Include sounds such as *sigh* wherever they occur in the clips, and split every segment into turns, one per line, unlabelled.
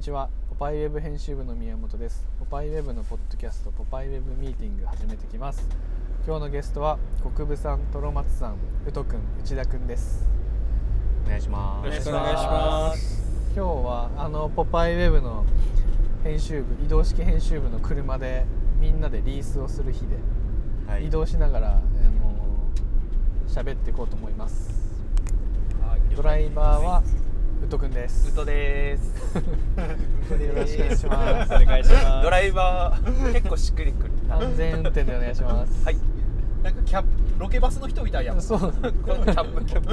ちはポパイウェブ編集部の宮本ですポパイウェブのポッドキャストポパイウェブミーティング始めてきます今日のゲストは国分さん、トロマツさん、ウトくん、内田くんです
お願いしま
よろし
す
くお願いします
今日はあのポパイウェブの編集部移動式編集部の車でみんなでリースをする日で、
はい
移動しながらあの喋っていこうと思いますドライバーはウトくんです
ウトで
*laughs*
す
よろしくお願いします
お願いします
ドライバー結構しっくりくる
安全運転でお願いします
はい
なんかキャップロケバスの人みたいやん
そう
このキャップキャップ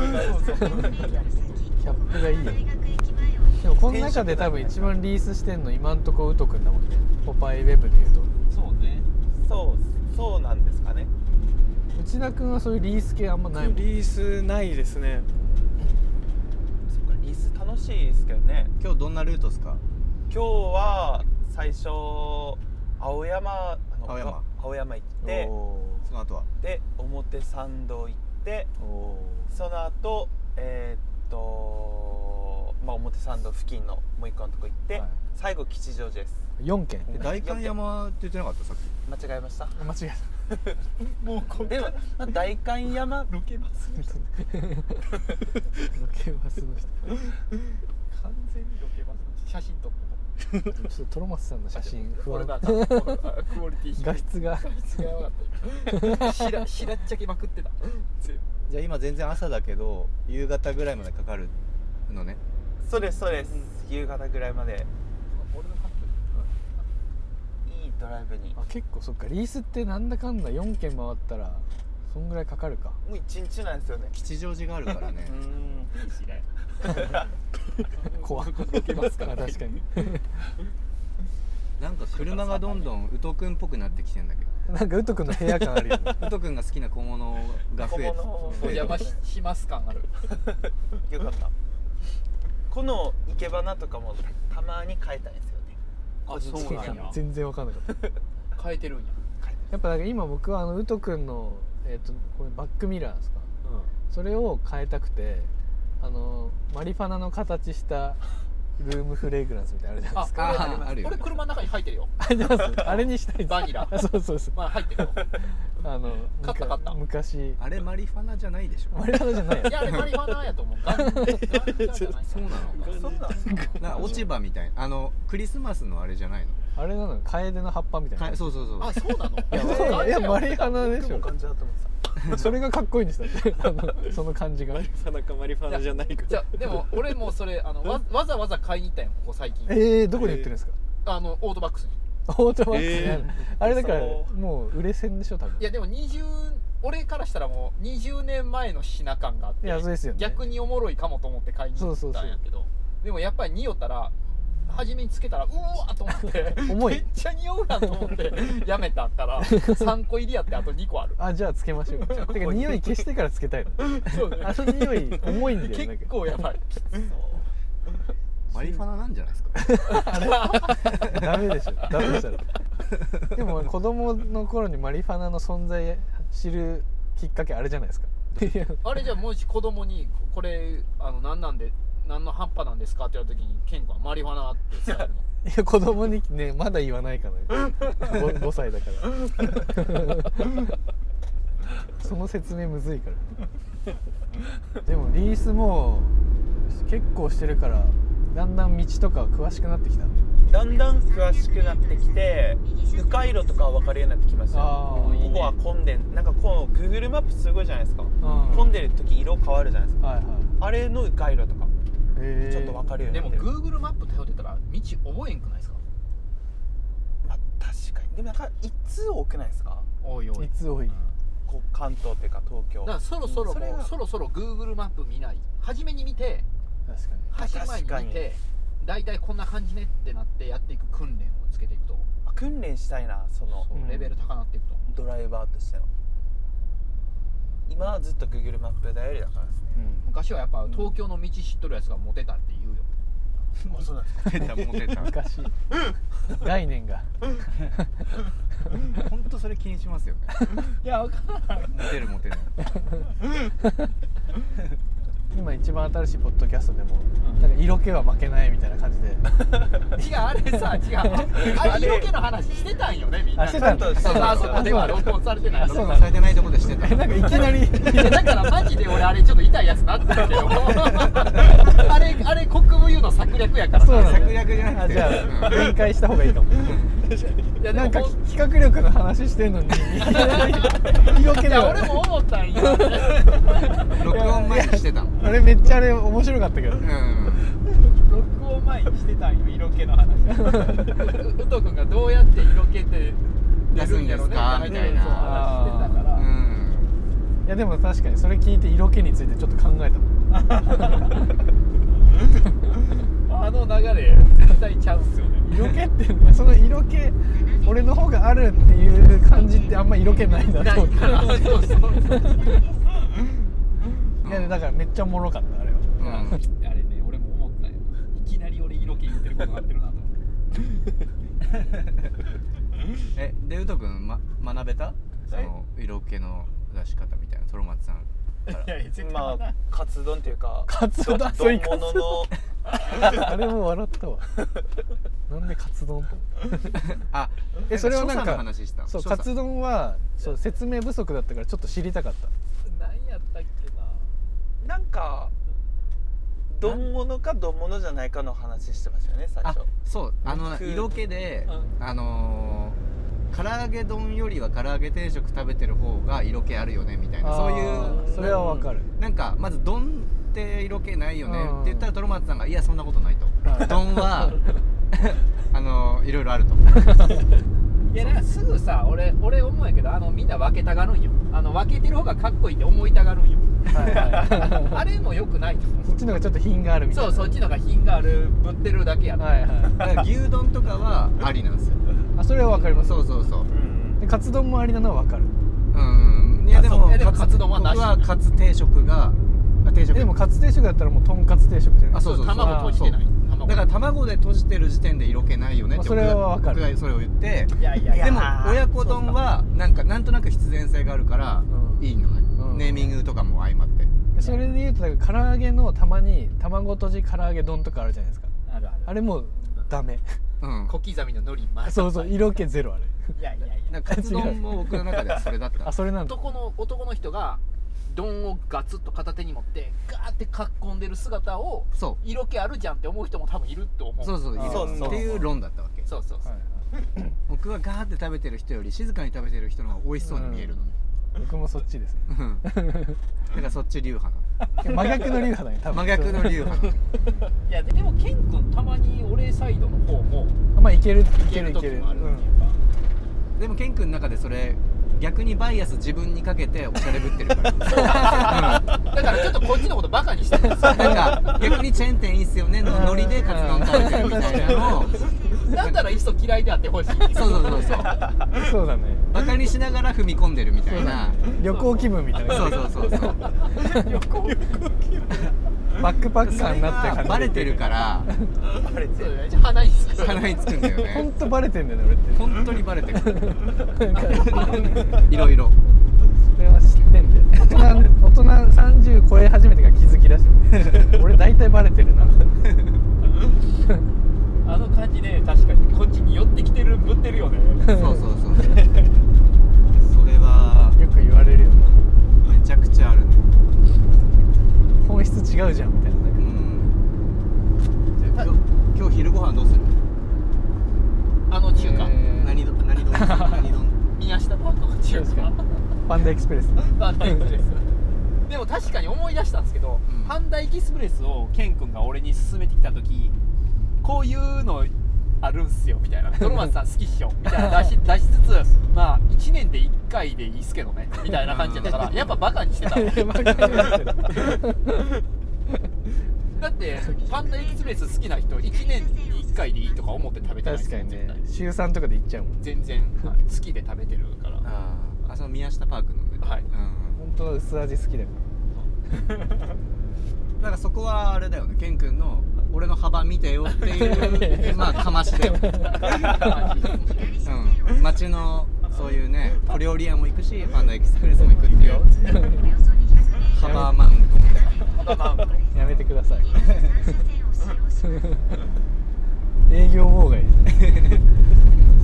キャ
ップがいいよでもこの中で多分一番リースしてんの今んとこウトくんだもんねポパイウェブでいうと
そうね
そうそうなんですかね
内田くんはそういうリース系あんまないもん
リースないですね
そっかリース楽しいですけどね
今日どんなルートですか
今日は最初青山あの
青山
青山行って
お
その後は
で表参道行って
ーお
その後えーっとまあ表参道付近のもう一個のとこ行って、
はい
最後吉祥寺です
ー4件
え代官山って言ってなかったさっき
間違えました
間違え
もうこ
でも、まあ、代官山
ロケバスの人
たロケバスの人
完全にロケバスの人写真撮っ
ちょっとトロマスさんの写真不
俺
安
だからクオリティ低い
画質が
質がやばかった *laughs* しらしらっちゃけまくってた全部
じゃあ今全然朝だけど夕方ぐらいまでかかるのね
そうですそうです、夕方ぐらいまで
俺のカップ
いいドライブに
あ結構そっかリースってなんだかんだ4件回ったらそんぐらいかかるか
もう一日なんですよね
吉祥寺があるから *laughs* ね
いいしね
怖っ
ロケバスから
あ確かに
なんか車がどんどん宇都くんっぽくなってきてん *laughs* だけど
なんかウトくんの部屋感あるよね
宇都くんが好きな小物が増えて
小物
増えて
やばしします感ある
よかったこの生け花とかもたまに変えたいんですよね
あそう
そう
な
なんん
や
だ全然わかんなかった
変えてるんや
やっぱなんか今僕はあのウト君の、えー、とこれバックミラーですかそれを変えたくてあのマリファナの形したルームフレグランスみたいなのあるじゃないですか
あ
あ
ああるよね
俺車の中に入ってるよ
ありますあれにしたいんです
バニ *laughs* ラ
あそうそうそう
まあ入ってるよ
あの
買った買った
昔
あれマリファナじゃないで *laughs* しょ
マリファナじゃない
いやあれマリファナやと *laughs* 思うガンガンじゃない
そうなの
そうなんですか
なんか落ち葉みたいなあのクリスマスのあれじゃないの
あれなのカエデの葉っぱみたいな
かそうそうそう
あそうなの
そういやマリファナでし
僕も感じだと思って
ょそれがかっこいいんですだってあのその感じが
マリファナかマリファナじゃないか
じゃあでも俺もそれあのわわざわざ買いに行ったんよここ最近
ええー、どこに売ってるんですか、
あのオートバックスに
オートバックスにある、あれだから
そう
もう売れ線でしょ多分
いやでも20俺からしたらもう20年前の品感があって
いやそうですよね
逆におもろいかもと思って買いに行ったんやけどでもやっぱり匂ったら初めにつけたらうわーと思って
重い
めっちゃ匂うなと思って
*laughs*
やめたから3個入りやってあと2個ある
あじゃあつけましょうてか匂い消してからつけたいの
そうね
あの匂い重いんだよなん
結
か
構やばいきつそう
マリファナなんじゃないですか *laughs*
ダメでしょダメでしたら *laughs* でも子供の頃にマリファナの存在知るきっかけあれじゃないですかいや
あれじゃあもし子供に「これあの何なんで何の葉っぱなんですか?」って言われた時にケン君は「マリファナ」って伝えるの
*laughs* いや子供にねまだ言わないからね 5, 5歳だから *laughs* その説明むずいからでもリースも結構してるからだんだん道とか詳しくなってきた
ただんだん詳しくなってきて迂回路とかは分かるようになってきました
あ
よ
ー
ここは混んでんなんかこう Google マップすごいじゃないですか
ん
混んでる時色変わるじゃないですか
はいはい
あれの迂回路とか
へ
ちょっ
ー
と分かるよう
で
にな
も
ってる
Google マップ頼ってたら道覚えんくないですか
まあ確かにでもなんか一通多くないですか
おいおい
いつ多い
こう関東っていうか東京
だからそろそろ
うんれ
もう
が
そろそろ Google マップ見ない初めに見て
確かに
走る前に見て大体こんな感じねってなってやっていく訓練をつけていくと
あ訓練したいなその
うん
レベル高なっていくと思う
ドライバーとしての今はずっと Google マップ頼りだからですね、
昔はやっぱ東京の道知っとるやつがモテたって言うよ
*laughs* あそうなんです
モ
か
テたモ *laughs* テた
昔概念が
本当それ気にしますよね
いや分かんない
モテるモテない
今一番新しいポッドキャストでも、
うん
なんか色気は負けないみたいな感じで
違うあれ
*laughs*
さ違うあれ色気の話してたんよねみんな
あしてたんだ
ちゃんと
*laughs*
して
そう
た
あそこでは録音されてない
あそう
されてないとこでしてた
えなんかいきなり
いやだからマジで俺あれちょっと痛いやつなってるけ
*laughs*
どあれあれ国務言うの策略やから
そうなんだ
策略じゃな
あ
くて
じゃあ弁解した方がいいかも
いやで
な
も
んか
ほん
企画力の話して
*laughs*
んのにいきなり色気
い
だ
や
よ
俺も思ったんよ
録音前にしてたの
あれめっちゃあれ面白かったけど
うん
録音前にしてたんよ色気の話 *laughs* うとくんがどうやって色気って出るんやろね
出すんですかみたいな
そう話して
う
たから、
ん
いやでも確かにそれ聞いて色気についてちょっと考えたもん
あの流れ絶対ちゃうっす *laughs* よね
色気ってその色気俺の方があるっていう感じってあんま色気ないな
な
と
い
思っ
か
た
らそうそう
いやだからめっちゃおもろかったあれは
うん
あれね俺も思ったよいきなり俺色気言ってることになってるなと思って
えでうとくん、ま、学べたその色気の出し方みたいなトロマツさんから
や絶対
まあカツ丼っていうか
カツ丼
ど
そういう
丼物の
あれも笑ったわなんでカツ丼と思っ
あ
えそれはなんか
翔さんの話した
た
の
そう
翔さん
カツ丼はそう説明不足だったからちょっと知りたかった
何やったっけな
なんか丼物か丼物じゃないかの話してましたよね最
あ
初
そうあの
肉
色気で、
う
あのー唐揚げ丼よりは唐揚げ定食食べてる方が色気あるよねみたいなそういう
あーそれはわかる、
なんかまず丼って色気ないよね
うん
って言ったらトロマツさんが「いやそんなことない」と
はい
「丼は *laughs* あのーいろいろある」と
いやなんかすぐさ俺俺思うんやけどあのみんな分けたがるんよあの分けてる方がかっこいいって思いたが
*laughs*
るんよ
はい
*laughs*
はい
あれもよくないと思う
そっちの方がちょっと品があるみたい
そう
な
そっちのが品があるぶってるだけやと
はいはい
だから牛丼とかはありなんですよ
あそれはわかります
そうそうそう
うん
でカツ丼もありなのはわかる
うんいやで
あそう
も
いやでもカツ丼はなし
僕はカツ定食があ定食
えでもカツ定食だったらもうとんかつ定食じゃない
あそうそうそう
卵閉じてない卵
だから卵で閉じてる時点で色気ないよねって僕が
まあそれはわかる
僕がそれを言って
いやいやいや
でも親子丼はなんかなんとなく必然性があるから
うん
いいの
う
ね、
ん
ネーミングとかも相まって
それで言うとだから唐揚げのたまに卵とじ唐揚げ丼とかあるじゃないですか
あるある
あれもうダ
*laughs*
メ
うん
小刻みの海苔ま
そうそう色気ゼロあれ
いやいやいや
なんかカツ丼も僕の中ではそれだった
あそれなんだ
男の男の人が丼をガツッと片手に持ってガーってかっこんでる姿を
そ
色気あるじゃんって思う人も多分いると思
う
う
そうそう
あー
いる
そう
っていう論だったわけ
そうそうそう
はいはい
僕はガーって食べてる人より静かに食べてる人の方が美味しそうに見え *laughs* るのね、
僕もそっちですね
うん、だからそっち流派な
真逆の流派だね多
の
分
真逆の流派なの
いやでもケン君たまに俺サイドの方も
あまあいけるい
い
け
け
る
る
いけ
時
る
もあるっていうか、
でもケン君の中でそれ逆にバイアス自分にかけておしゃれぶってるからうん
だからちょっとこっちのことバカにしてる
*laughs*
んです
な
よ
んか逆にチェーン店いいっすよねのノリでカツ丼食べてるみたいなのをそう
だったらいっそ嫌いであってほしいっていう
そう
*laughs*
そうそう
うんそうだね
バカにしながら踏み込んでるみたいな
旅行気分みたいな
そうそうそうそう
バックパッ
そ
カー
れ
になってる
が
感じ
バレてるから
あれ
そうだね鼻につく
鼻につくんだよ
ほん
ね
とバレてんだよね俺って
本当にバレて *laughs* るいろいろ
それは知ってんだよ大人大人30超え始めてから気づきだして *laughs* 俺大体バレてるな
あの感じね確かにこっちに寄ってきてるぶってるよね
そうそうそうそれは
よく言われるよね
めちゃくちゃあるね
本質違うじゃんみたいななん
う
か
んじゃあ今日今日昼ご飯どうする
あの中華、
えー
何丼何 *laughs* 丼何丼
宮下パークの中
確か
華
にパンダエクスプレ *laughs* ス
パンダエクスプレス *laughs* でも確かに思い出したんですけど、
うん
パンダエキスプレスをケン君が俺に勧めてきた時こういうのあるんすよみたいな「ドロマンさん好きっしょ」みたいな出
*laughs*
し出しつつまあ1年で1回でいいっすけどねみたいな感じだったからやっぱバカ
*laughs*
にしてたわだってパンダエキスプレス好きな人1年に1回でいいとか思って食べてないっ
確
す
か
よ
に
絶
ね
対
週3とかで行っちゃうもん
全然好きで食べてるから
あーあその宮下パークのね
はい
うん
本当は薄味好きだか
だからそこはあれだよねケン君の俺の幅見てよっていう *laughs* まあかましだよ、うん、街のそういうね小料理屋も行 *laughs* くしパンダエキスプレスも行くっていう
およそ200名
幅マウントみたいな
まあまあ
*laughs* ださい営業妨害ですね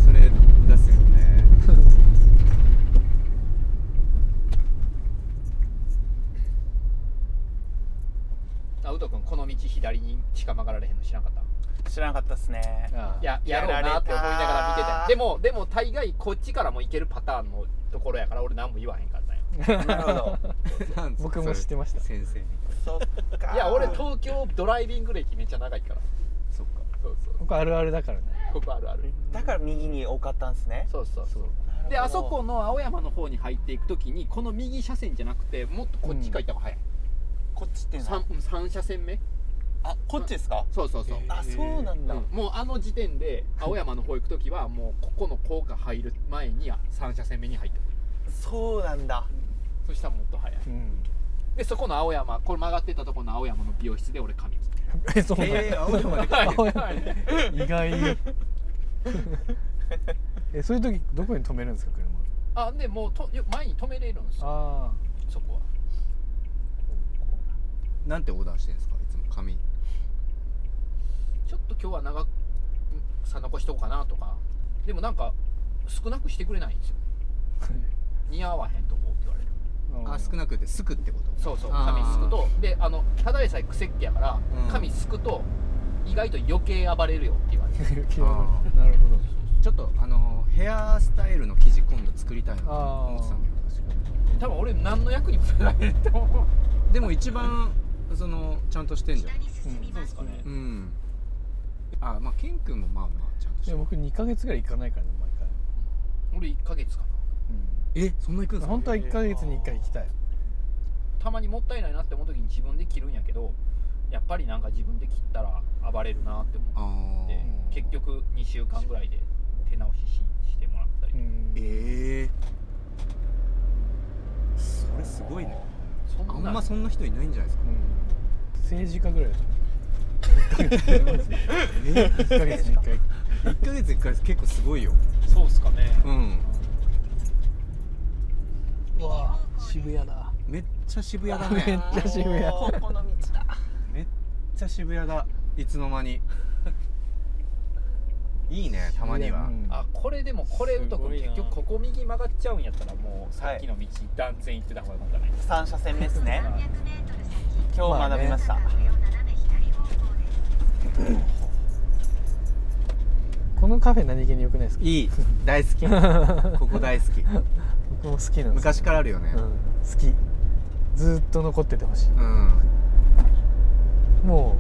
それ出すよね
あウト君この道左にしか曲がられへんの知らなかった
知らなかったっすね
ああ
いややろうなって思いながら見て
やられ
た
た
でもでも大概こっちからも行けるパターンのところやから俺何も言わへんかったんよ
なるほど
なんすか
僕も知ってました
それ先生みたい
*laughs* そっか
いや俺東京ドライビング歴めっちゃ長いから
なそっか
そうそう
僕あるあるだからね
ここあるある
だから右に多かったんすね
そうそうそう
なるほど
であそこの青山の方に入っていくときにこの右車線じゃなくてもっとこっちから行った方が早い、
こっちってな
三三車線目
あこっちですか
そうそうそう、
えー
あそうなんだ、
もうあの時点で青山の方行く時はもうここの高架入る前に3車線目に入ってくる
そうなんだ
そしたらもっと早い
うん
でそこの青山これ曲がってたとこの青山の美容室で俺髪切って
え *laughs* そうなんだ
えー、青山で
青山 *laughs* 意外えそういう時どこに止めるんですか車
あでもうとよ前に止めれるんですよ
あ
そこは
なんて横断してんですかいつも髪
ちょっと今日は長くさ残しとこうかなとかでもなんか少なくしてくれないんですよ似合わへんと思うって言われる
あ
あ少なくてすくってこと
そうそう
あ
髪
ー
すくとであのただでさえ癖っ気やから、
うん
髪すくと意外と余計暴れるよって言われる
く
あー
なるほど
ちょっとあのヘアスタイルの生地今度作りたいなと思ってたんだけど確か
多分俺何の役にも立たないと思う
にでも一番そのちゃんとしてんじゃん
そうですかね
うんあまあケン君もまあまあちゃんとし
い
て
や
る
僕2ヶ月ぐらい行かないからね毎回、
俺1ヶ月かな
えそんな行くんですか
本当は1ヶ月に1回行きたい
たまにもったいないなって思う時に自分で切るんやけどやっぱりなんか自分で切ったら暴れるなって思
あ
っ
ー
て結局2週間ぐらいで手直しししてもらったり、
うん
ええそれすごいね
そん
あ
なん
まそんな人いないんじゃないですか
うん政治家ぐらいだと思う1ヶ月に1回
*laughs* 1ヶ月1回結構すごいよ
そうっすかね、
うん
うわ渋谷だ
めっちゃ渋谷だ
めっ
ね
ちゃ渋谷
ここの道だ
めっちゃ渋谷だいつの
*laughs*
間にいいねたまには、
うん
あこれでもこれうとくん
すごいな
結局ここ右曲がっちゃうんやったらもうさっきの道断然行ってた方がよかったね、
三車線目っすね今
まあ
日
ね
学びました、
このカフェ何気に良くないですか
いい大好き
*laughs*
ここ大好き
僕も好きなんですよ
昔からあるよね
うん、好きずーっと残っててほし
うん、
いもう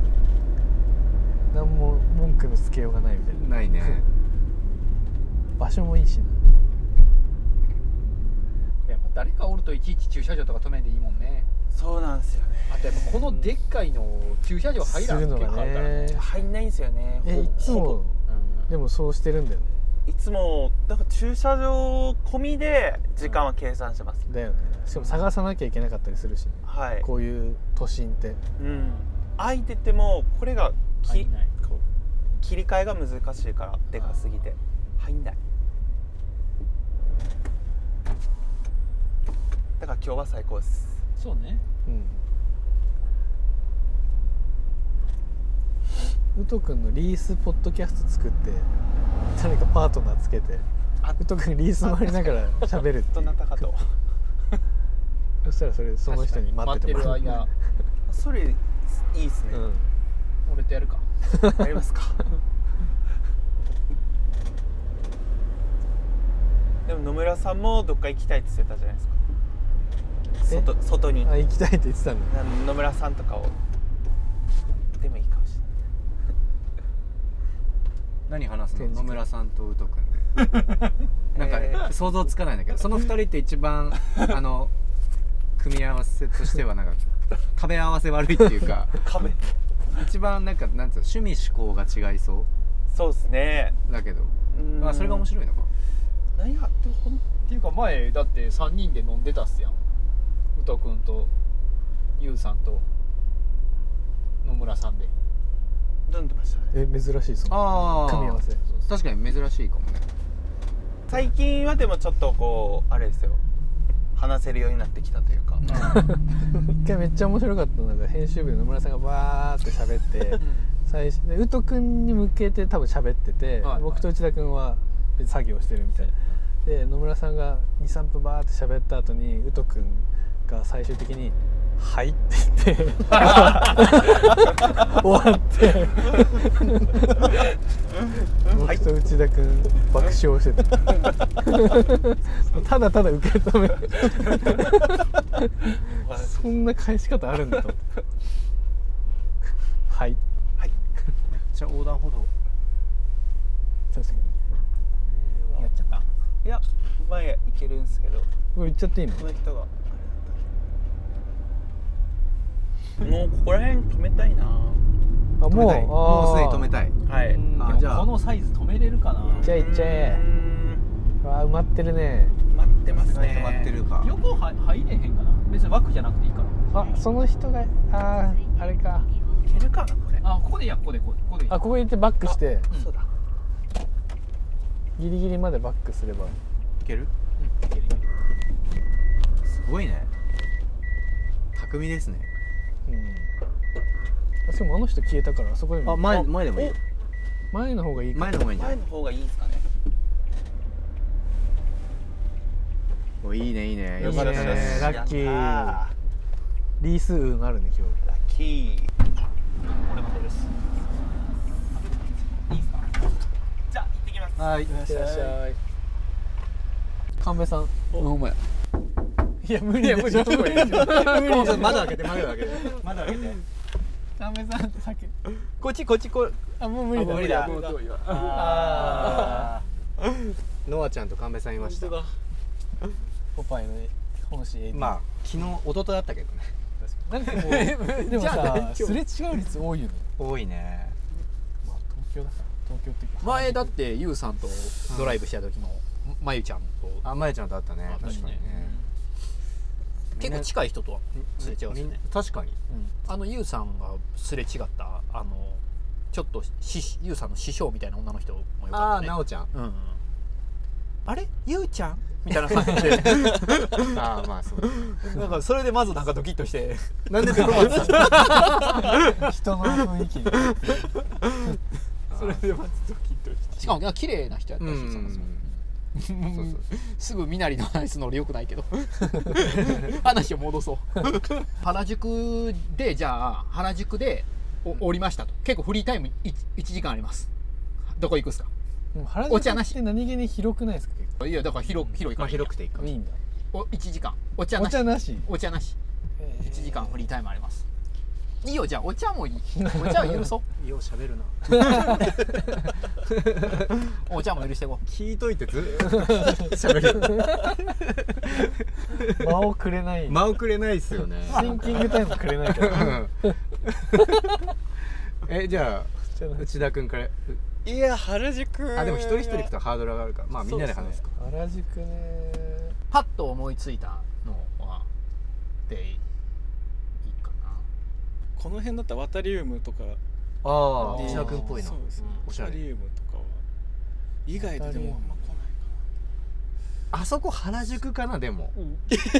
何も文句のつけようがないみたいな
な
*laughs*
いね
場所もいいしな
やっぱ誰かおるといちいち駐車場とか止めんでいいもんね
そうなんですよね
あとやっぱこのでっかいの駐車場入らん
するの
結構
が
あるからね
ね
入んないんですよね
え
ほ
いつ
ほぼ
もでもそうしてるんだよね
いつもだから駐車場込みで時間は計算してます、
だよねしかも探さなきゃいけなかったりするしね
はい
こういう都心って
うん空いててもこれがき
入んない
こう切り替えが難しいからでかすぎて入んないだから今日は最高です
そうね
うんウト君のリースポッドキャスト作って誰かパートナーつけて
あ
ウト君リース回りながら喋るって
ど
いう
なたかと
そしたらそれその人に待っててもらう
待ってる間
それいいっすね、
うん
俺とやるか
やりますかでも野村さんもどっか行きたいって言ってたじゃないですか外外に
あ行きたいって言ってたんだ
な野村さんとかをでもいいかもしれない
何話すの
展示
野
会
村さんとウト君
*laughs*
でなんか、
えー
想像つかないんだけどその二人って
*laughs*
一番あの組み合わせとしてはなんか食べ合わせ悪いっていう
*laughs*
か
壁
一番なんかなんつうの趣味嗜好が違いそ
そうですね
うだけど、
うん
あそれが面白いのか
何がでもほん
っていうか前だって3人で飲んでたっすやん宇都君とゆうさんと野村さんで
どんでましたね
え珍しいその
ああ
組み合わせ
確かに珍しいかもね
最近はでもちょっとこうあれですよ話せるようになってきたというか、
*laughs* 一回めっちゃ面白かったのが編集部の野村さんがバーって喋って最初でウト君に向けて多分喋ってて、
はいはい
僕と内田君は別に作業してるみたいなで野村さんが23分バーって喋った後にウト君が最終的に「はい」って言って
*laughs*
終わって僕と内田君爆笑してた
*laughs*
ただただ受け止めそんな返し方あるんだと思って。はい。
じゃあ横断歩道
確かに。
やっちゃったいや前行けるんすけど
これ言っちゃっていいの
この人があれだったもうここら辺止めたいな
あ、
止めたいもうすでに止め
い。
たい
はい
あ
で
じゃ
も
あ
このサイズ止めれるかな
じゃあ行っちゃえ
うーん
わあ、埋まってるね。
待ってますね
止まってるか
横は入れへんかな別に枠じゃなくていいか
あ、その人が、あー、あれか。
いけるかなこれ
らあここでいいやここでここでここでいい
あ、ここ行ってバックして、
うん
そうだ
ギリギリまでバックすれば。
いける
うんいけるいける
すごいね巧みですね
うん。あしかもあの人消えたから、あそこでも
あ前前でもいいよ
前の方がいいか。
前の方がいいんじゃな
前
い
の方がいいですかね
おいいねいいねよ
い
か
い
った
ね
です
ラッキー
やった
リース運あるね、今日。
ーラッキー
俺も出るっすいいっすかじゃあ行ってきます
はい
いらっしゃい。神戸さん。
お前
いや、無理でしょ。無理でしょ。
窓開けて窓開けて
窓開けて
神戸さん、酒。
こっちこっちこ
あ、もう無理だ。
無理だ
もう遠いわ
あ
ノアちゃんと神戸さんいました
ポパイの本誌
まあ昨日一昨日だったけどね
なんかこうでもさすれ違う率多いよね
多いね
まあ東京だから東京っていうか
前だってゆうさんとドライブした時もまゆちゃんと
あまゆちゃんと会ったね
あ
確かにね
結構近い人とはすれ違うし
みんな
ね
確かに
あのゆうさんがすれ違ったあのちょっとしゆうさんの師匠みたいな女の人もよ
あ
かっ
あ
たね
なおちゃん
うんうんあれゆうちゃんみたいな感じで
ああまあそう
なんかそれでまずなんかドキッとして
なんでその松さん
人の雰囲気に
それ
でまずドキッとしてしかもなんか綺麗な人やっ
う
たし、そもそも
んそうそう
すぐ身なりの話するの俺よくないけ *laughs* ど話を戻そう *laughs* 原宿でじゃあ原宿でお降りましたと結構フリータイム 1, 時間ありますどこ行くっすか
でも原
お茶な
宿っ
して
何気に広くないですか結
いやだから広広いか
まあ
らいいや、
広くていいか
構いいんだ
お1時間お茶
お
なし
茶なし
お茶なし1時間フリータイムありますいいよじゃあお茶 *laughs* もいいお茶を許そう
よう喋るな
お茶も許していこ
聞いといてずーしゃ *laughs* べる
間をくれないシ
間をくれないっすよね *laughs*
ンキングタイムくれないから
えじゃあ
お茶なし
内田君から
いや原宿
あでも一人一人行くとハードル上がるからまあみんなで話すか
原宿ね
うパッと思いついたのはでいいかな
この辺だったらワタリウムとか
あ
ー
内田君っぽいな
そうですね
おしゃれ
ワタリウムとかは以外ででもあんま来ない
あそこ原宿かなでも
か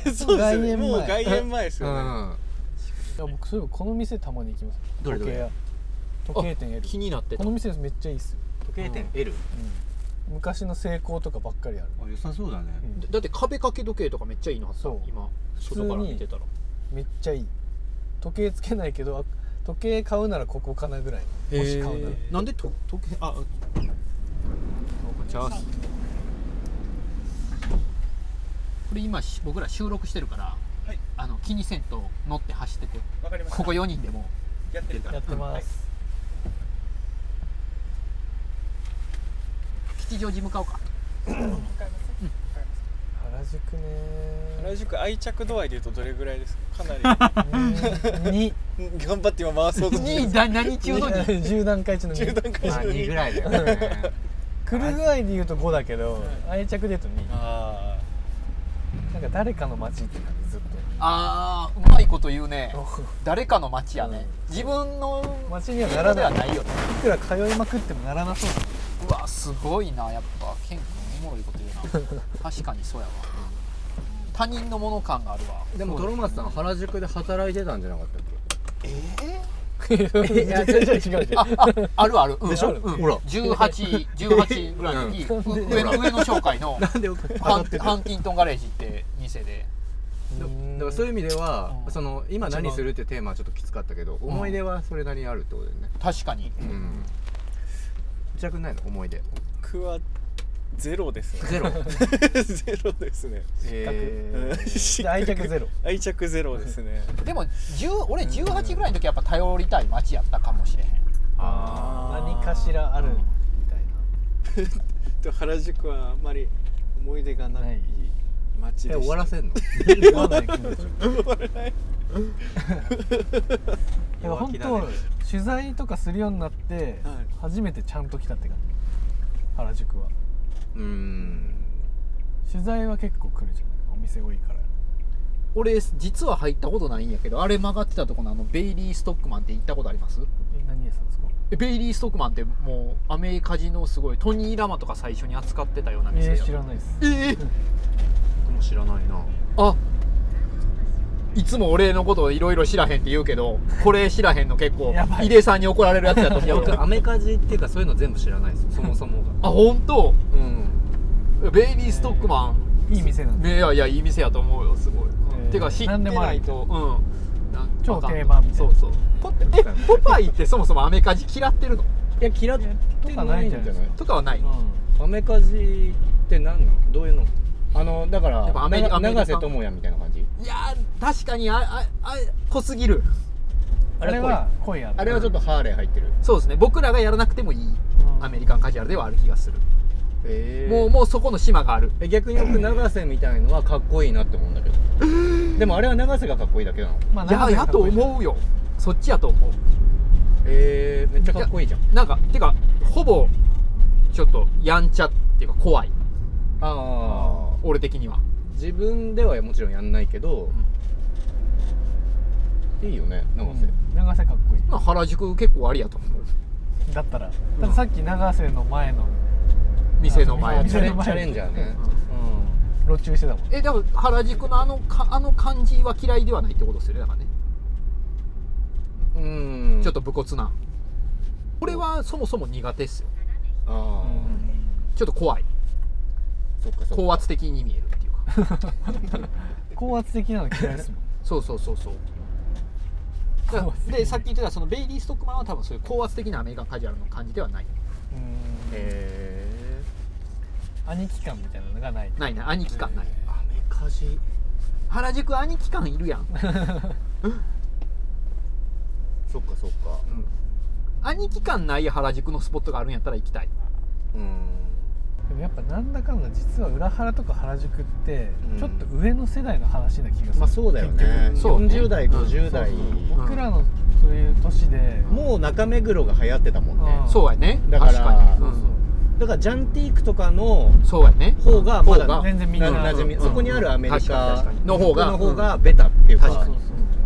なそうです
外
よね
苑前
もう外苑前です
う
よね、
ん
いや僕そういえばこの店たまに行きます
どれどれ
時計屋時計店 L
気になって
こ
た
の店めっちゃいいっすよ、
*laughs* 時計店 L
うん、昔の成功とかばっかりある
あ良さそうだね
うん
だだって壁掛け時計とかめっちゃいいのあった
そう
今
普通
外
に
から見てたら
めっちゃいい時計つけないけどあ時計買うならここかなぐらいもし買うなら
なんでと時計あ
チャース
これ今し僕ら収録してるから、
はい
あの気にせんと乗って走ってて
わかりました
ここ4人でも
やってるから
やってます、
吉祥寺向かおうか
原宿ね
原宿愛着度合いでいうとどれぐらいですかかな
うん *laughs* に
りうん頑張って今回そう
*laughs*
として
2何中の2
10段階中の
中
2
段
*laughs*
階
まあ
上
2ぐ
に
らいだよね
来る具合で言うと5だけど、愛着で言うと2
ああ
なんか誰かの街って感じずっ
あーうまいこと言うね
と
誰かの街やね、自分の
街にはなら
で
な
はいないよね
いくら通いまくってもならなそうだ
うわすごいなやっぱケン君おもろいこと言うな確かにそうやわ他人のもの感があるわ
*laughs* でもトロマツさん原宿で働いてたんじゃなかったっ
いや違う違う違う違う
あああるある、うん、
でしょ
うん、
ほら
1818ぐらいの時、
うん
上の上の商会の
けなんで
ハンハンティントンガレージって店で
だからそういう意味では
うん
その今何するってテーマはちょっときつかったけど思い出はそれなりにあるってことだよね
確かに
うん内田君ないの思い出
僕はゼロです
*laughs*
ね
ゼロ
ゼロですね
えー
で愛着ゼロ
愛着ゼロですね
でも10俺18ぐらいの時やっぱ頼りたい街やったかもしれへん
あ
何かしらあるみたい
と原宿はあんまり思い出が
な
な
ないい
街
ーえ
でした
終わらせんの
まだ行くんでしょいや
弱
本
気だね
当取材とかするようになって
はい
初めてちゃんと来たって感じ原宿は
*laughs* うーん
取材は結構来るじゃんお店多いから
俺実は入ったことないんやけどあれ曲がってたとこのあのベイリー・ストックマンって行ったことあります
え何屋さんですか
えベイリー・ストックマンってもうアメリカ人のすごいトニー・ラマとか最初に扱ってたような店
え
や
ー、知らないです
え
僕も知らないな
あいつも俺のこといろいろ知らへんって言うけどこれ知らへんの結構
やばい
井出さんに怒られるやつやと
いや
思う
僕
よ
アメカジっていうかそういうの全部知らないですそもそもが
あ本当
うん
ベイリー・ストックマン
いい店なんで
いやいやいい店やと思うよすごい、
えー
てか知って
何でもあ
ない
り
とうんな
超
わかん
定番みたいな
そうそうポえポパイってそもそもアメカジ嫌ってるの
いや嫌って
とかないんじゃないですか
とかはない、
う
アメカジって何なのどういうのあのだから
やっぱアメリアメリカ
長瀬智也みたいな感じ
いやー確かにあああ濃すぎる
んあれは濃いや
あれはちょっとハーレー入ってる
そうですね僕らがやらなくてもいいアメリカンカジュアルではある気がする、
え
もうもうそこの島がある
え逆に僕永瀬みたいのはかっこいいなって思うんだけどでもあれは永瀬がかっこいいだけなの
まあ
いややと思うよそっちやと思う
えー、めっちゃかっこいいじゃん
なんかてかほぼちょっとやんちゃっていうか怖い
ああ
俺的には
自分ではもちろんやんないけど、いいよね
う
永瀬、
ん長瀬かっこい
まあ原宿結構ありやと思う
いだったらたださっき長瀬の前の
店の前
あ
チャレン
*laughs*
うん
チャレンジャーね
路中してたもん
えでも原宿のあのかあの感じは嫌いではないってことですよねだからね、
うん、うん
ちょっと武骨なこれはそもそも苦手っすよ
ああ、
ちょっと怖い
そっかそっか
高圧的に見えるっていう *laughs* か
高圧的なの嫌いですもん
そうそうそうそうだからでさっき言ってたそのベイリー・ストックマンは多分そういう高圧的なアメリカンカジュアルの感じではない
うん
え
兄貴感みたいなのがない
ないな兄貴感ない
ー、アメカジ
原宿兄貴感いるやん
*laughs* そっかそっか
兄貴感ない原宿のスポットがあるんやったら行きたい
うん
でもやっぱなんだかんだ実は裏原とか原宿って
うん
ちょっと上の世代の話な気がする、
まあそうだよね
結局
そうね
40代50代、
僕らのそういう年で、
もう中目黒が流行ってたもんね、
うん
そうやね
だから
確かに、
そうだからジャンティークとかの
うんそうやね
方がまだ
方が
全然みんな
馴染み、
うん
そこにあるアメリ
確かに
カ
確かにの方が
の方がベタっていう
確
か
かに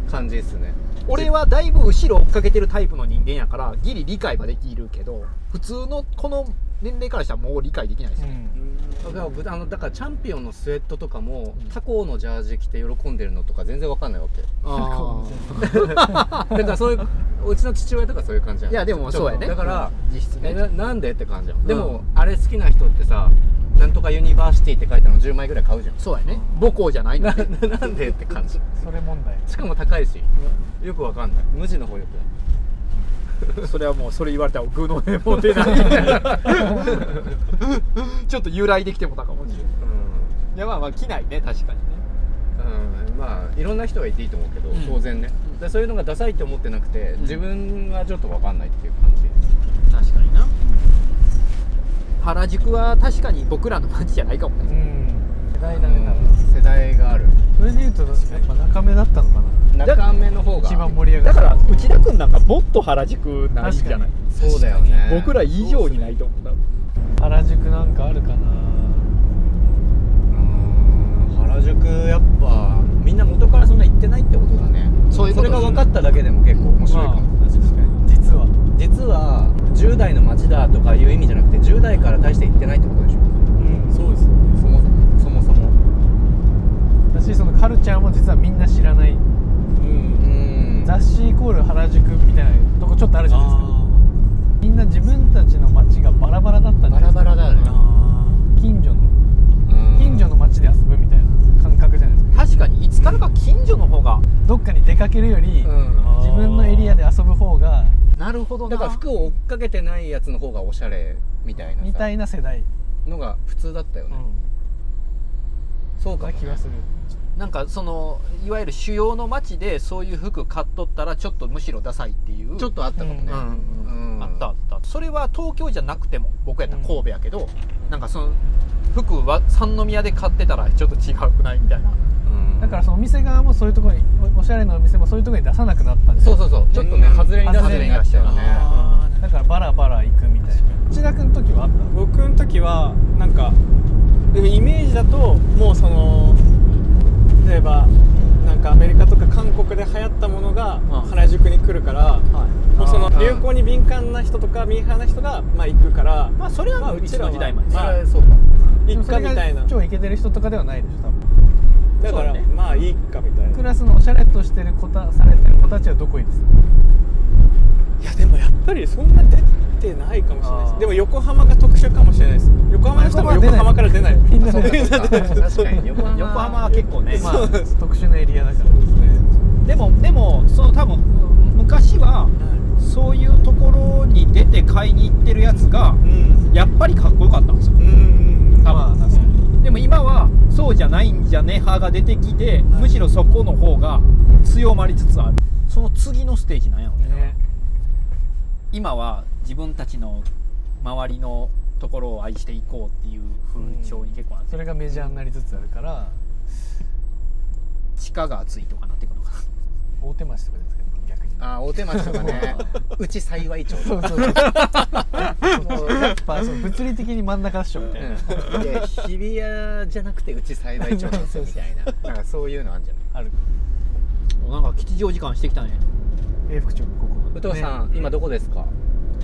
感じですね
俺はだいぶ後ろ追っかけてるタイプの人間やからギリ理解はできるけど普通のこの年齢からしたらもう理解できないです
う
よ、
ん
だからぶあのだからチャンピオンのスウェットとかも、
うん
他校のジャージ着て喜んでるのとか全然わかんないわ *laughs* けだか
あ
らそういううちの父親とかそういう感じ
ー
やん
いやでもそうやね
だから、
うん実質
え
ね
ななんでって感じやんで
う
も、あれ好きな人ってさなんとかユニバーシティって書いたの10枚ぐらい買うじゃん
そうやね母校じゃないの
な
で
ななんでって感じ
それ問題
しかも高いしよくわかんない無地の方よくない
それはもうそれ言われたらグーの音も出 *laughs* ないちょっと由来できてもたかもしれないいやまあまあ着ないね確かにね
うんまあいろんな人がいていいと思うけど、当然ねでそういうのがダサいって思ってなくて、自分はちょっとわかんないっていう感じ
確かにな原宿は確かに僕らの街じゃないかも
う
ね
ん世代だね多分
世代がある
それでいうとやっぱ中目だったのか
中目の方
な
が
一番盛り上が
だ
る
から内田君なんかもっと原宿ないんじ
確か
ゃない
に
そうだよね
僕ら以上にないと思う多分
原宿なんかあるかな
うん原宿やっぱみんな元からそんな行ってないってことだね
そういうこと
れが分かっただけでも結構面白いかも、
まあ確かに実は
実は10代の街だとかいう意味じゃなくて10代から大して行ってないってことでしょ
うん
そうです
そもそもそもそも
確しそのカルチャーも実はみんな知らない
うん
雑誌イコール原宿みたいなとこちょっとあるじゃないですかみんな自分たちの街がバラバラだったんじゃな
バ
いで
ラ
す
バ
か
ラだよね
近所の
うん
近所の街で遊ぶみたいな感覚じゃないですか
確かにいつからか近所の方が
どっかに出かけるより
うん
自分のエリアで遊ぶ方が
なるほど
だ
だ
か
からら
服
服
を追っかけてないやつの方がおしゃれみたいな
みた
さ
いな世代、
のが普通だったよ
う
ね、
ん、
そうかも
な
ね
気がする
なんかそのいわゆる主要の街でそういう服買っとったらちょっとむしろダサいっていう
ちょっとあったかもね、
うんうん
うん
あったあったそれは東京じゃなくても僕やったら神戸やけど、なんかその服は三宮で買ってたらちょっと違くないみたいな
うん
だからそのお店側もそういうところにおおしゃれなお店もそういうところに出さなくなったんです
そうそうそうちょっとね
うん
外れに出せるようになっちゃうよね
あー
だからバラバラ行くみたいな内田君の時はあった
僕の時はなんかでもイメージだともうその例えばなんかアメリカとか韓国で流行ったものが原宿に来るから、もうその
あー
流行に敏感な人とかミーハーな人がまあ行くから
まあそれは
まあ
うちの
は
時代まで
それ
まあ
はそうか
で
い
も
っ
そ
か
れ
みたいな
が超イケてる人とかではないでしょ多分
だから
そうね
まあいいかみたい
ク
な
ラスのおしゃれとしてる子たされてる子たちはどこにですか
いやでもやっぱりそんな出てないかもしれない
あ
で
ー
すでも横浜が特殊かもしれないです横浜の人も横浜から出ない
みんな
そう
で、
か
ね、
そうか確かに横浜
横浜は結構ね、
ま
ま
あ
あ
そうです
特殊なエリアだから
でもでもその多分昔はそういうところに出て買いに行ってるやつが
うん
やっぱりかっこよかったんですよ
うんうんう
多分
ん
まあ確かに
でも今はそうじゃないんじゃね派が出てきて、むしろそこの方が強まりつつあるその次のステージなんやろね
ね
今は自分たちの周りのところを愛していこうっていう風潮に結構なって
そ
る、
れがメジャーになりつつあるから
地下が熱いとかなっていくのかな
大手町とかですかね逆に
ああ大手町とかねうち幸い町と
そう
か
そうそうやっぱその物理的に真ん中っしょみたいな、
うんいや日比谷じゃなくてうち幸い町なんですよみたいななんかそういうのあるじゃない
ある
もうなんか吉祥寺感してきたね
永福町ここ
武藤さん、今どこですか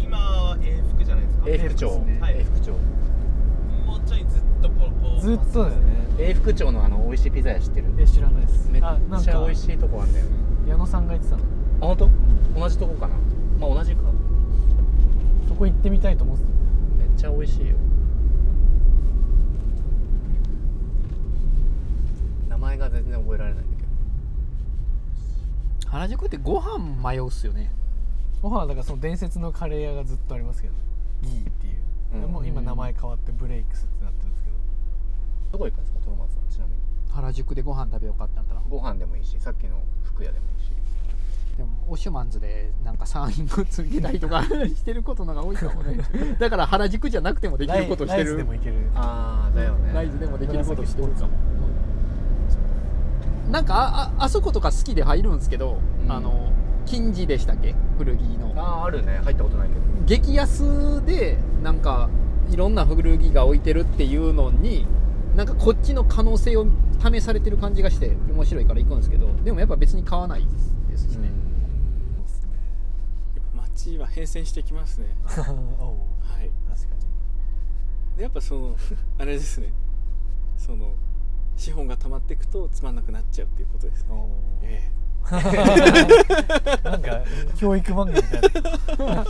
今は永福じゃないですか
永
福
福
町
町
はい
永福町
もうちょいずっとこうこう
ずっとだよね
永福町のあの美味しいピザ屋知ってる
え知らないです
め
あな
っ
ん
ちゃ
か
美味しいとこあんだよね
矢野さんが言ってたの
あ本当？同じとこかなまあ同じか
そこ行ってみたいと思ってた
めっちゃ美味しいよ名前が全然覚えられないんだけど
原宿ってご飯迷うっすよね
ご飯はだからその伝説のカレー屋がずっとありますけどギーっていう、
うん
でもう今名前変わってブレイクスってなってるんですけど
どこ行くんですかトロマツさんちなみに
原宿でご飯食べようかってなったら
ご飯でもいいしさっきの服屋でもいいし
でもオシュマンズでなんかサイングつけたりと *laughs* かしてることのが多いかもねだから原宿じゃなくてもできることをし
ラ
て
イズで
る
も行ける
ああだよ
*laughs*
ね
ライズでもできることをして
*laughs*
るかもなんかあああそことか好きで入るんですけど、
うん
あの金字でしたっけ古着の
ああーあるね入ったことないけど
激安でなんかいろんな古着が置いてるっていうのになんかこっちの可能性を試されてる感じがして面白いから行くんですけどでもやっぱ別に買わないですしね、
街は変遷してきますね
そうっすねおう
はい
確か
でやっぱそのあれですねその資本が溜まっていくとつまんなくなっちゃうっていうことです
に
ね
おう
え
*laughs* なんか教育番組みたいな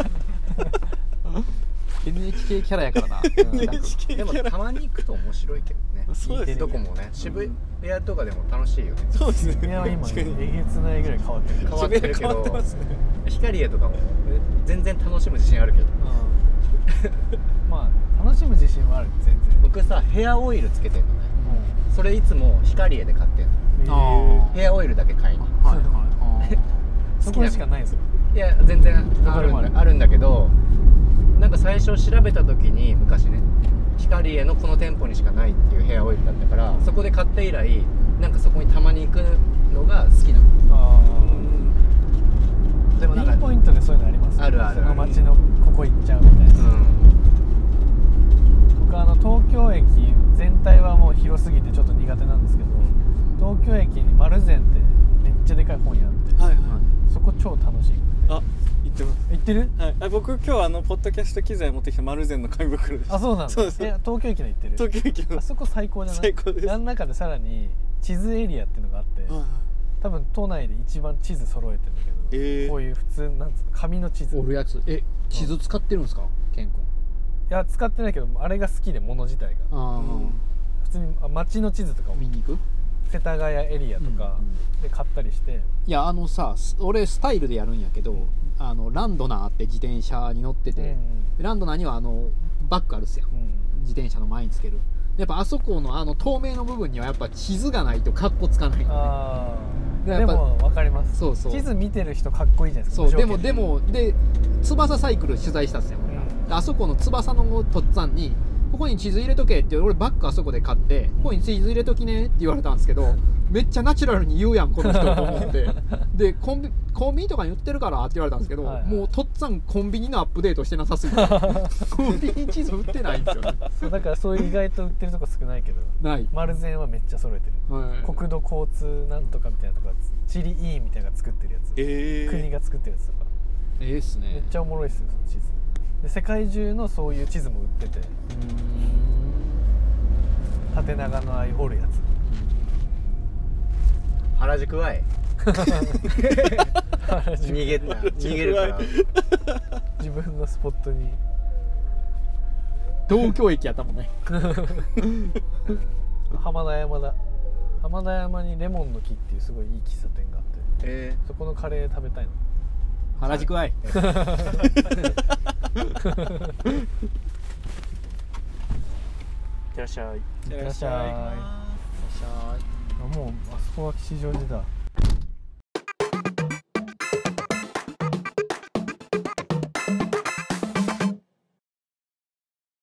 NHK キャラやからな
うん *laughs* でもたまに行くと面白いけど *laughs* ね
そうですね
どこもね渋谷とかでも楽しいよね *laughs*
えそうですね
い *laughs* や今
確かに
えげつないぐらい変わってる
変わって
渋
る
谷
け
変わって
ど
ますね
光栄とかも全然楽しむ自信あるけど
うんまあ楽しむ自信はある全然
僕さヘアオイルつけてんのねそれいつも光栄で買ってんの
もう
ヘアオイルだけ買いに
はいはい
そこにしかないんですよ
いや全然
どこ
あ
で
る
もある
んだあるんだけどなんか最初調べた時に昔ね光栄のこの店舗にしかないっていうヘアオイルだったからそこで買って以来なんかそこにたまに行くのが好きなの
あ
でも
ピ
なん
ン
か
ポイントでそういうのあります
あるある
その街のここ行っちゃうみたいな
うん
僕あの東京駅全体はもう広すぎてちょっと苦手なんですけど東京駅に丸善ってめっちゃでかい本屋あって
はいはい
そこ超楽しい
あ行ってます
行ってる
はいあ僕今日あのポッドキャスト機材持ってきた丸善の紙袋です
あそうなんだ
そうです
え東京駅の行ってる
東京駅の
あそこ最高じゃない
最高です
あの中でさらに地図エリアっていうのがあって、多分都内で一番地図揃えてんだけど、
え
こういう普通なんつうの紙の地図い
*laughs* おるやつえ地図使ってるんですかケン君
や使ってないけどあれが好きで物自体が
あ
普通にあ街の地図とか
あ
も
見に行く
世田谷エリアとか
うんうん
で買ったりして、
いやあのさす俺スタイルでやるんやけど、
うん
あのランドナーって自転車に乗ってて、ランドナーにはあのバッグあるっすやん
うん
自転車の前につけるやっぱあそこのあの透明の部分にはやっぱ地図がないとカッコつかない
あ
で
あ
やっ
で
ぱ
も分かります
そうそう
地図見てる人かっこいいじゃないですか
そうでも
無条件
でもで翼サイクル取材したっすよ、俺ら
うん
であそこの翼のとっつぁんに「ここに地図入れとけ」って俺バッグあそこで買って「ここに地図入れときね」って言われたんですけどめっちゃナチュラルに言うやんこの人と思
*laughs*
ってでコンビコンビニとかに売ってるからって言われたんですけど、
はい
もうとっつぁんコンビニのアップデートしてなさす
*laughs*
ぎてコンビニ地図売ってないんですよ
*laughs*
ね
そうだからそういう意外と売ってるとこ少ないけど
ない、
丸善はめっちゃ揃えてる
はい
国土交通なんとかみたいなとこチリイーみたいなのが作ってるやつ、
えー
国が作ってるやつとか
ええっす
めっ
ね
ちゃおもろいっすよその地図で世界中のそういう地図も売ってて
うー
縦長のああいう折るやつ
原宿
*laughs*
愛逃げた
*laughs*
逃げるから
自分のスポットに
ん東京駅やったもんね
浜田山だ浜田山にレモンの木っていうすごいいい喫茶店があって
え
そこのカレー食べたいの
原宿愛
いってらっしゃい
いってらっしゃい
い
あもうあそこは吉祥寺だ